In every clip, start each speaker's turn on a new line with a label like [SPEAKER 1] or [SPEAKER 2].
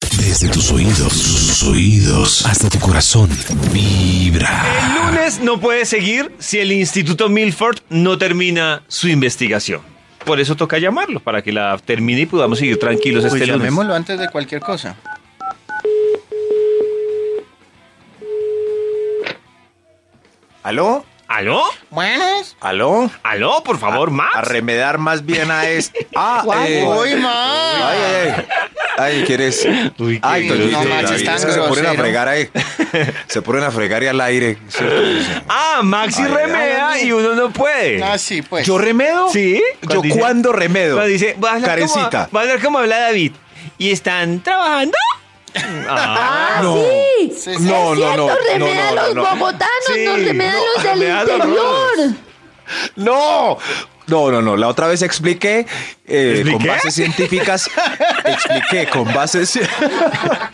[SPEAKER 1] Desde tus oídos, sus oídos, hasta tu corazón, vibra.
[SPEAKER 2] El lunes no puede seguir si el Instituto Milford no termina su investigación. Por eso toca llamarlo, para que la termine y podamos seguir tranquilos
[SPEAKER 3] Pues
[SPEAKER 2] este lunes.
[SPEAKER 3] llamémoslo antes de cualquier cosa.
[SPEAKER 4] ¿Aló?
[SPEAKER 2] ¿Aló?
[SPEAKER 3] Buenas.
[SPEAKER 4] ¿Aló?
[SPEAKER 2] ¿Aló? Por favor, Max.
[SPEAKER 4] A remedar más bien a este. Ah, eh,
[SPEAKER 3] Uy,
[SPEAKER 4] ay,
[SPEAKER 3] ma.
[SPEAKER 4] ay, ay. Ay, ¿quieres?
[SPEAKER 2] Uy, qué
[SPEAKER 4] ay,
[SPEAKER 2] grosero,
[SPEAKER 4] Toñito,
[SPEAKER 2] no, Max,
[SPEAKER 4] David,
[SPEAKER 2] es
[SPEAKER 4] es que se
[SPEAKER 3] tan
[SPEAKER 4] ponen a
[SPEAKER 3] grosero.
[SPEAKER 4] fregar ahí. Se ponen a fregar y al aire. ¿cierto?
[SPEAKER 2] Ah, Maxi
[SPEAKER 4] Ay,
[SPEAKER 2] remea
[SPEAKER 3] ay, ay.
[SPEAKER 2] y uno no puede.
[SPEAKER 3] Ah, sí, pues.
[SPEAKER 4] ¿Yo remedo?
[SPEAKER 2] ¿Sí?
[SPEAKER 4] ¿Yo
[SPEAKER 2] dice-
[SPEAKER 4] cuándo remedo?
[SPEAKER 2] Cuando dice, va a hablar
[SPEAKER 4] Carecita.
[SPEAKER 2] Como, va a hablar como habla David. ¿Y están trabajando? Ah,
[SPEAKER 4] No.
[SPEAKER 5] Sí,
[SPEAKER 3] Sí,
[SPEAKER 5] es
[SPEAKER 3] sí.
[SPEAKER 4] No, no,
[SPEAKER 5] cierto,
[SPEAKER 4] no, no,
[SPEAKER 5] remedan
[SPEAKER 4] no,
[SPEAKER 5] los
[SPEAKER 4] no.
[SPEAKER 5] bogotanos,
[SPEAKER 2] Sí,
[SPEAKER 5] nos remedan
[SPEAKER 2] no,
[SPEAKER 5] los del
[SPEAKER 2] remedan los
[SPEAKER 5] interior.
[SPEAKER 2] rolos.
[SPEAKER 4] ¡No! No, no, no. La otra vez expliqué, eh,
[SPEAKER 2] ¿Expliqué?
[SPEAKER 4] con bases científicas. expliqué con bases.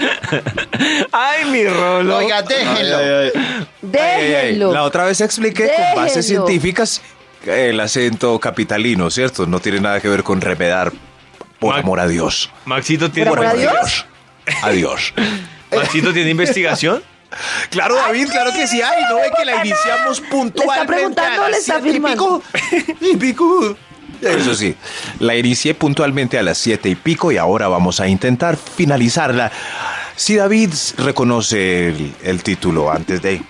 [SPEAKER 2] Ay, mi rolo.
[SPEAKER 3] Oiga, déjenlo.
[SPEAKER 4] Ay, ay, ay.
[SPEAKER 5] Déjenlo.
[SPEAKER 4] La otra vez expliqué con bases
[SPEAKER 5] Déjenlo.
[SPEAKER 4] científicas el acento capitalino, ¿cierto? No tiene nada que ver con remedar. Por
[SPEAKER 2] Ma-
[SPEAKER 4] amor a Dios.
[SPEAKER 2] Maxito tiene,
[SPEAKER 5] ¿Por amor a Dios?
[SPEAKER 4] Adiós.
[SPEAKER 2] Maxito tiene investigación.
[SPEAKER 4] Claro, David, claro que sí. Ay, no ve que la iniciamos puntualmente.
[SPEAKER 5] preguntando,
[SPEAKER 4] a las
[SPEAKER 5] le está
[SPEAKER 4] siete y
[SPEAKER 5] afirmando.
[SPEAKER 4] pico. Y pico. Eso sí, la inicié puntualmente a las siete y pico y ahora vamos a intentar finalizarla. Si David reconoce el, el título antes de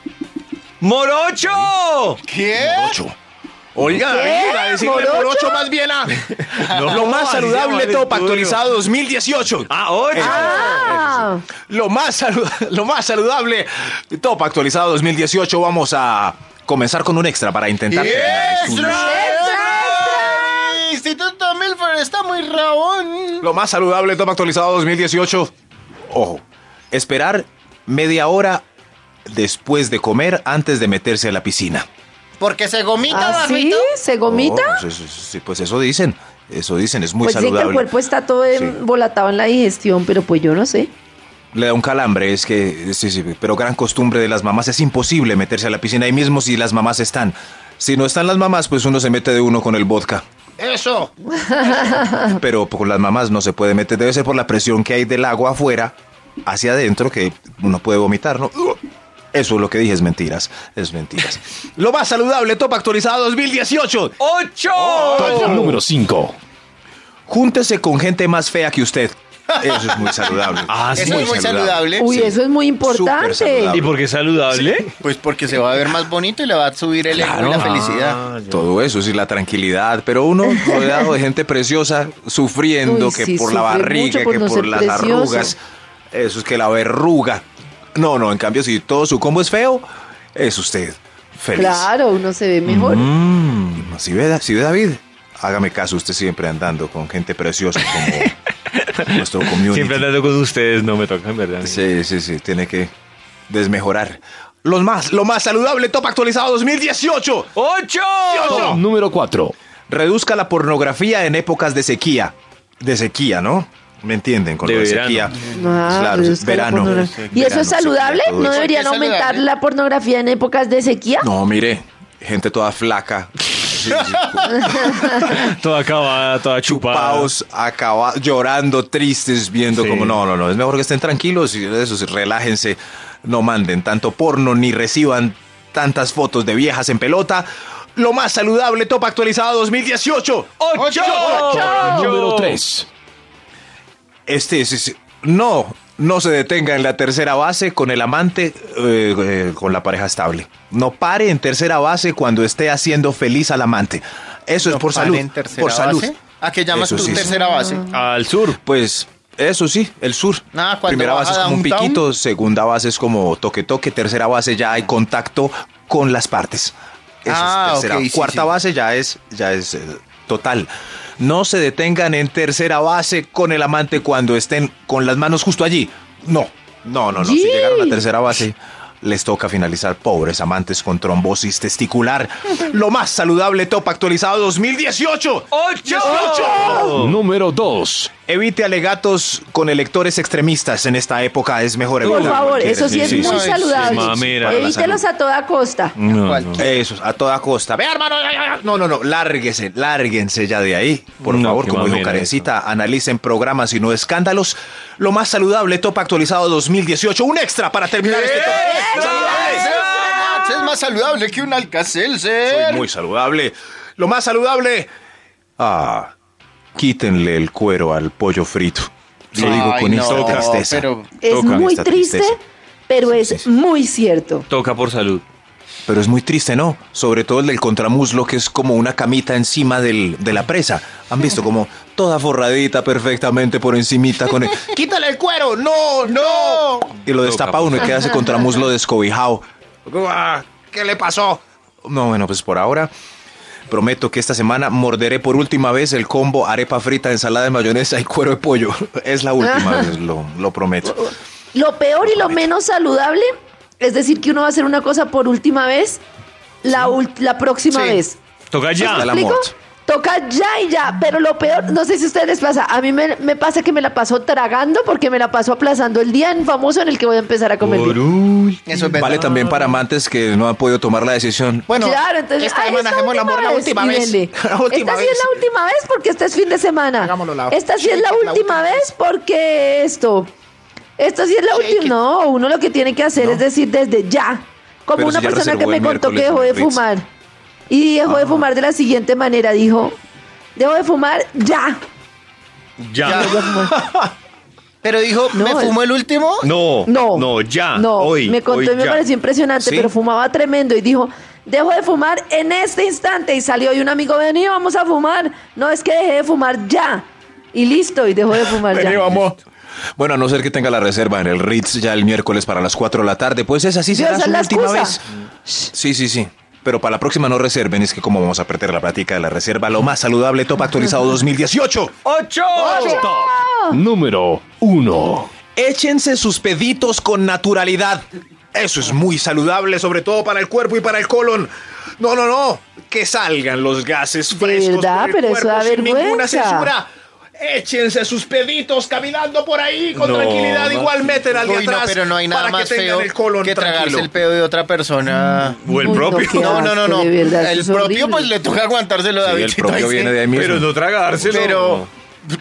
[SPEAKER 2] ¡Morocho!
[SPEAKER 3] ¿Qué?
[SPEAKER 4] ocho. ¿Eh? Oiga,
[SPEAKER 5] ¿Qué?
[SPEAKER 4] David, a decirle
[SPEAKER 5] ¿Morocho?
[SPEAKER 4] por ocho más bien a lo más
[SPEAKER 2] así
[SPEAKER 4] saludable
[SPEAKER 2] llama
[SPEAKER 4] top
[SPEAKER 2] el
[SPEAKER 4] actualizado 2018.
[SPEAKER 2] Ah, ocho.
[SPEAKER 5] Ah,
[SPEAKER 4] Lo más, salu- lo más saludable top actualizado 2018. Vamos a comenzar con un extra para intentar. terminar el estudio.
[SPEAKER 3] ¡Extra! Instituto Milford está muy rabón.
[SPEAKER 4] Lo más saludable top actualizado 2018. Ojo, esperar media hora después de comer antes de meterse a la piscina.
[SPEAKER 3] Porque se gomita,
[SPEAKER 5] ¿Así?
[SPEAKER 3] Barrito.
[SPEAKER 5] ¿Ah, ¿Se gomita?
[SPEAKER 4] Oh, pues, eso- sí, pues eso dicen. Eso dicen, es muy
[SPEAKER 5] pues sí, que el
[SPEAKER 4] saludable.
[SPEAKER 5] cuerpo está todo embolatado en la digestión, pero pues yo no sé.
[SPEAKER 4] Le da un calambre, es que, sí, sí, pero gran costumbre de las mamás, es imposible meterse a la piscina ahí mismo si las mamás están. Si no están las mamás, pues uno se mete de uno con el vodka.
[SPEAKER 3] Eso.
[SPEAKER 4] Pero con las mamás no se puede meter, debe ser por la presión que hay del agua afuera hacia adentro que uno puede vomitar, ¿no? Uh, Eso es lo que dije, es mentiras, es mentiras. lo más saludable, top actualizado 2018.
[SPEAKER 2] ¡Ocho!
[SPEAKER 1] Top número 5.
[SPEAKER 4] Júntese con gente más fea que usted. Eso es muy saludable.
[SPEAKER 2] Ah, sí.
[SPEAKER 3] Eso es muy saludable.
[SPEAKER 5] Uy,
[SPEAKER 4] Sí.
[SPEAKER 5] eso es muy
[SPEAKER 4] Súper
[SPEAKER 5] importante.
[SPEAKER 4] saludable.
[SPEAKER 2] ¿Y por qué es saludable?
[SPEAKER 3] Pues porque se va a ver más bonito y le va a subir el ego y la felicidad.
[SPEAKER 4] Ya. Todo eso, sí, la tranquilidad, pero uno rodeado de gente preciosa, sufriendo
[SPEAKER 5] Uy,
[SPEAKER 4] que
[SPEAKER 5] sí,
[SPEAKER 4] por la
[SPEAKER 5] sufre
[SPEAKER 4] barriga,
[SPEAKER 5] mucho por
[SPEAKER 4] que
[SPEAKER 5] no
[SPEAKER 4] por
[SPEAKER 5] ser
[SPEAKER 4] las
[SPEAKER 5] precioso.
[SPEAKER 4] arrugas, eso es que la verruga. No, no, en cambio, si todo su combo es feo, es usted feliz.
[SPEAKER 5] Claro, uno se ve mejor.
[SPEAKER 4] Mm, si, ve, si ve David, hágame caso, usted siempre andando con gente preciosa como nuestro community.
[SPEAKER 2] Siempre hablando con ustedes no me toca, en verdad.
[SPEAKER 4] Sí, sí, sí, tiene que desmejorar. Los más, lo más saludable, top actualizado 2018.
[SPEAKER 2] ¡Ocho!
[SPEAKER 1] Top número 4.
[SPEAKER 4] Reduzca la pornografía en épocas de sequía. De sequía, ¿no? ¿Me entienden? Con
[SPEAKER 2] De
[SPEAKER 4] lo de
[SPEAKER 2] verano.
[SPEAKER 4] sequía.
[SPEAKER 5] Ah,
[SPEAKER 4] claro,
[SPEAKER 5] reduzca la
[SPEAKER 4] verano.
[SPEAKER 5] pornografía. ¿Y eso
[SPEAKER 4] Verano,
[SPEAKER 5] es
[SPEAKER 4] sequía,
[SPEAKER 5] saludable?
[SPEAKER 4] todo
[SPEAKER 5] ¿No
[SPEAKER 4] eso.
[SPEAKER 5] deberían
[SPEAKER 3] ¿Por qué es
[SPEAKER 5] aumentar
[SPEAKER 3] saludable?
[SPEAKER 5] la pornografía en épocas de sequía?
[SPEAKER 4] No, mire, gente toda flaca. Sí, sí,
[SPEAKER 2] Toda acabada, toda chupada.
[SPEAKER 4] Chupados, acaba- llorando, tristes, viendo
[SPEAKER 2] Sí.
[SPEAKER 4] como no, no, no. Es mejor que estén tranquilos y eso, sí, relájense. No manden tanto porno ni reciban tantas fotos de viejas en pelota. Lo más saludable, top actualizado 2018.
[SPEAKER 2] ¡Ocho!
[SPEAKER 1] Top número 3.
[SPEAKER 4] Este es, es- no, no se detenga en la tercera base con el amante, eh, eh, con la pareja estable. No pare en tercera base cuando esté haciendo feliz al amante. Eso es por
[SPEAKER 3] Pan
[SPEAKER 4] salud.
[SPEAKER 3] en tercera
[SPEAKER 4] por salud.
[SPEAKER 3] base. ¿A qué llamas
[SPEAKER 4] Eso
[SPEAKER 3] tu
[SPEAKER 4] sí, Ah. sí.
[SPEAKER 3] tercera base?
[SPEAKER 2] Al sur.
[SPEAKER 4] Pues eso sí, el sur.
[SPEAKER 3] Ah, cuando
[SPEAKER 4] Primera
[SPEAKER 3] baja
[SPEAKER 4] base es como un
[SPEAKER 3] downtown.
[SPEAKER 4] piquito, segunda base es como toque toque, tercera base ya hay contacto con las partes. Eso
[SPEAKER 3] Ah,
[SPEAKER 4] es tercera.
[SPEAKER 3] ok, sí,
[SPEAKER 4] Cuarta
[SPEAKER 3] sí.
[SPEAKER 4] base ya es, ya es eh, total. No se detengan en tercera base con el amante cuando estén con las manos justo allí. No, no, no, no. Si
[SPEAKER 5] Yee.
[SPEAKER 4] llegaron a la tercera base, les toca finalizar pobres amantes con trombosis testicular. Lo más saludable top actualizado 2018.
[SPEAKER 2] ¡Ocho!
[SPEAKER 4] ¡Ocho!
[SPEAKER 1] Número 2.
[SPEAKER 4] Evite alegatos con electores extremistas en esta época, es mejor
[SPEAKER 5] Por
[SPEAKER 4] evitarlo,
[SPEAKER 5] favor,
[SPEAKER 4] cualquiera.
[SPEAKER 5] eso sí es
[SPEAKER 2] sí,
[SPEAKER 5] muy
[SPEAKER 3] sí,
[SPEAKER 5] saludable.
[SPEAKER 2] sí, mamera.
[SPEAKER 4] Para la
[SPEAKER 5] Evítelos a toda costa.
[SPEAKER 2] No,
[SPEAKER 3] ¿Cuál?
[SPEAKER 2] no.
[SPEAKER 4] Eso, a toda costa. Vea, hermano, ya, ya, ya. no, no, no, lárguense, lárguense ya de ahí. Por
[SPEAKER 2] No,
[SPEAKER 4] favor,
[SPEAKER 2] qué
[SPEAKER 4] como dijo
[SPEAKER 2] mamera
[SPEAKER 4] Karencita, analicen programas y no escándalos. Lo más saludable, Top Actualizado 2018, un extra para terminar este top.
[SPEAKER 3] Es más saludable que un
[SPEAKER 4] Soy
[SPEAKER 3] alcacelser.
[SPEAKER 4] muy saludable. Lo más saludable. Ah, quítenle el cuero al pollo frito. Lo
[SPEAKER 3] Sí.
[SPEAKER 4] digo
[SPEAKER 3] Ay,
[SPEAKER 4] con
[SPEAKER 3] no,
[SPEAKER 4] esta tristeza.
[SPEAKER 3] pero-
[SPEAKER 5] Es
[SPEAKER 4] Toca.
[SPEAKER 5] muy
[SPEAKER 4] Esta
[SPEAKER 5] triste,
[SPEAKER 4] tristeza.
[SPEAKER 5] pero
[SPEAKER 4] Sí,
[SPEAKER 5] es
[SPEAKER 4] sí, sí.
[SPEAKER 5] muy cierto.
[SPEAKER 2] Toca por salud.
[SPEAKER 4] Pero es muy triste, ¿no? Sobre todo el del contramuslo, que es como una camita encima del, de la presa. ¿Han visto? Como toda forradita perfectamente por encimita con el... ¡Quítale el cuero! ¡No! ¡No! Y lo destapa uno y queda ese contramuslo descobijado. ¡Guau! ¿Qué le pasó? No, bueno, pues por ahora... Prometo que esta semana morderé por última vez el combo arepa frita, ensalada de mayonesa y cuero de pollo. Es la última vez, lo, lo prometo.
[SPEAKER 5] Lo peor y lo menos saludable es decir que uno va a hacer una cosa por última vez la, ult- la próxima
[SPEAKER 3] Sí.
[SPEAKER 5] vez.
[SPEAKER 2] Toca
[SPEAKER 4] Hasta
[SPEAKER 2] ya.
[SPEAKER 4] la-
[SPEAKER 5] ¿Me explico?
[SPEAKER 4] muerte.
[SPEAKER 5] Toca ya y ya, pero lo peor, no sé si a ustedes les pasa, a mí me, me pasa que me la paso tragando porque me la paso aplazando el día en famoso en el que voy a empezar a comer. bien.
[SPEAKER 3] Eso es verdad.
[SPEAKER 4] Vale también para amantes que no han podido tomar la decisión. Bueno,
[SPEAKER 5] claro, entonces
[SPEAKER 4] esta
[SPEAKER 5] "Ay,
[SPEAKER 4] semana hacemos el amor la
[SPEAKER 5] vez",
[SPEAKER 4] última
[SPEAKER 5] y
[SPEAKER 4] vez.
[SPEAKER 5] denle.
[SPEAKER 4] La última
[SPEAKER 5] esta sí
[SPEAKER 4] vez.
[SPEAKER 5] es la última vez porque este es fin de semana.
[SPEAKER 4] Hagámoslo la-
[SPEAKER 5] esta sí es la
[SPEAKER 4] shake it,
[SPEAKER 5] última,
[SPEAKER 4] la última
[SPEAKER 5] vez porque esto. Esta sí es la
[SPEAKER 3] Shake
[SPEAKER 5] última.
[SPEAKER 3] it.
[SPEAKER 5] No, uno lo que tiene que hacer es decir desde ya. Como
[SPEAKER 4] Pero
[SPEAKER 5] una
[SPEAKER 4] si ya
[SPEAKER 5] persona que
[SPEAKER 4] reservó
[SPEAKER 5] me
[SPEAKER 4] el
[SPEAKER 5] contó que
[SPEAKER 4] miércoles Ah.
[SPEAKER 5] dejó de
[SPEAKER 4] en Ritz.
[SPEAKER 5] fumar. Y dejó de fumar de la siguiente manera, dijo. Dejo de fumar ya.
[SPEAKER 2] Ya.
[SPEAKER 3] Pero dijo, ¿me
[SPEAKER 5] No,
[SPEAKER 3] fumo el último?
[SPEAKER 2] No.
[SPEAKER 5] No.
[SPEAKER 2] No, ya.
[SPEAKER 5] No.
[SPEAKER 2] Hoy.
[SPEAKER 5] me contó
[SPEAKER 2] hoy
[SPEAKER 5] y me
[SPEAKER 2] ya.
[SPEAKER 5] pareció impresionante,
[SPEAKER 4] ¿Sí?
[SPEAKER 5] pero fumaba tremendo y dijo, dejo de fumar en este instante. Y salió y un amigo, vení, vamos a fumar. No, es que dejé de fumar ya. Y listo, y dejó de fumar ya.
[SPEAKER 4] Bueno, a no ser que tenga la reserva en el Ritz ya el miércoles para las 4 de la tarde, pues esa sí
[SPEAKER 5] Dios,
[SPEAKER 4] será
[SPEAKER 5] esa
[SPEAKER 4] su
[SPEAKER 5] es la
[SPEAKER 4] última
[SPEAKER 5] excusa.
[SPEAKER 4] vez. Sí, sí, sí. Pero para la próxima no reserven, es que como vamos a perder la plática de la reserva, lo más saludable, Top Actualizado 2018.
[SPEAKER 5] Oh.
[SPEAKER 2] ¡Ocho! Top.
[SPEAKER 1] Número 1.
[SPEAKER 4] Échense sus peditos con naturalidad. Eso es muy saludable, sobre todo para el cuerpo y para el colon. No, no, no. Que salgan los gases frescos.
[SPEAKER 5] verdad,
[SPEAKER 4] por el
[SPEAKER 5] pero eso
[SPEAKER 4] cuerpo
[SPEAKER 5] da
[SPEAKER 4] sin ninguna
[SPEAKER 5] vergüenza.
[SPEAKER 4] censura. Échense sus peditos caminando por ahí con
[SPEAKER 2] No,
[SPEAKER 4] tranquilidad.
[SPEAKER 2] no.
[SPEAKER 4] Igual meten al de
[SPEAKER 3] Uy, no,
[SPEAKER 4] atrás
[SPEAKER 3] pero no hay nada
[SPEAKER 4] para
[SPEAKER 3] más
[SPEAKER 4] que tengan
[SPEAKER 3] feo
[SPEAKER 4] el colon
[SPEAKER 3] que tragarse
[SPEAKER 4] tranquilo.
[SPEAKER 3] el pedo de otra persona.
[SPEAKER 2] O el
[SPEAKER 5] Uy,
[SPEAKER 2] propio.
[SPEAKER 5] qué
[SPEAKER 3] Mm, No, no, no, no.
[SPEAKER 5] asco, de verdad, eso
[SPEAKER 3] el
[SPEAKER 5] es
[SPEAKER 3] propio,
[SPEAKER 5] horrible.
[SPEAKER 3] pues le toca aguantárselo, David.
[SPEAKER 4] el propio viene de ahí mismo.
[SPEAKER 2] Pero no tragárselo.
[SPEAKER 3] Pero.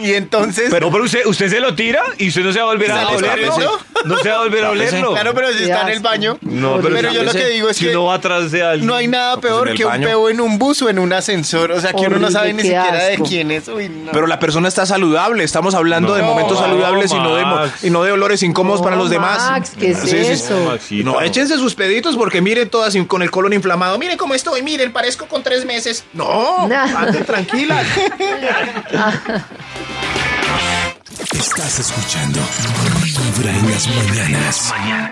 [SPEAKER 3] y entonces.
[SPEAKER 2] Pero, pero usted, usted se lo tira y usted no se va a volver a
[SPEAKER 4] Dale,
[SPEAKER 2] olerlo.
[SPEAKER 3] tápese.
[SPEAKER 2] No se va a volver a olerlo.
[SPEAKER 3] claro, pero si
[SPEAKER 5] Qué
[SPEAKER 3] está en el
[SPEAKER 5] asco.
[SPEAKER 3] baño.
[SPEAKER 2] No,
[SPEAKER 3] pero,
[SPEAKER 2] pero
[SPEAKER 3] yo lo que
[SPEAKER 2] tápese.
[SPEAKER 3] digo es
[SPEAKER 2] si
[SPEAKER 3] que
[SPEAKER 2] uno va atrás de alguien.
[SPEAKER 3] no hay nada
[SPEAKER 4] pues, en
[SPEAKER 3] peor
[SPEAKER 4] el
[SPEAKER 3] que un
[SPEAKER 4] baño.
[SPEAKER 3] peo en un bus o en un ascensor. O sea, que uno no
[SPEAKER 5] Horrible,
[SPEAKER 3] sabe ni
[SPEAKER 5] qué
[SPEAKER 3] siquiera de
[SPEAKER 5] asco.
[SPEAKER 3] quién es. Uy, no.
[SPEAKER 4] Pero la persona está saludable, estamos hablando de
[SPEAKER 2] No,
[SPEAKER 4] momentos
[SPEAKER 2] no,
[SPEAKER 4] saludables y, no de, mo-
[SPEAKER 2] Max.
[SPEAKER 4] y no de olores incómodos
[SPEAKER 5] No,
[SPEAKER 4] para los
[SPEAKER 5] Max,
[SPEAKER 4] demás.
[SPEAKER 5] ¿qué es eso?
[SPEAKER 2] No, Maxito,
[SPEAKER 4] No,
[SPEAKER 2] no.
[SPEAKER 4] échense sus peditos porque miren todas in- con el colon inflamado. Miren cómo estoy, miren, parezco con tres meses. No,
[SPEAKER 5] Nah.
[SPEAKER 4] anden tranquilas.
[SPEAKER 1] Estás escuchando Vibra en las mañanas.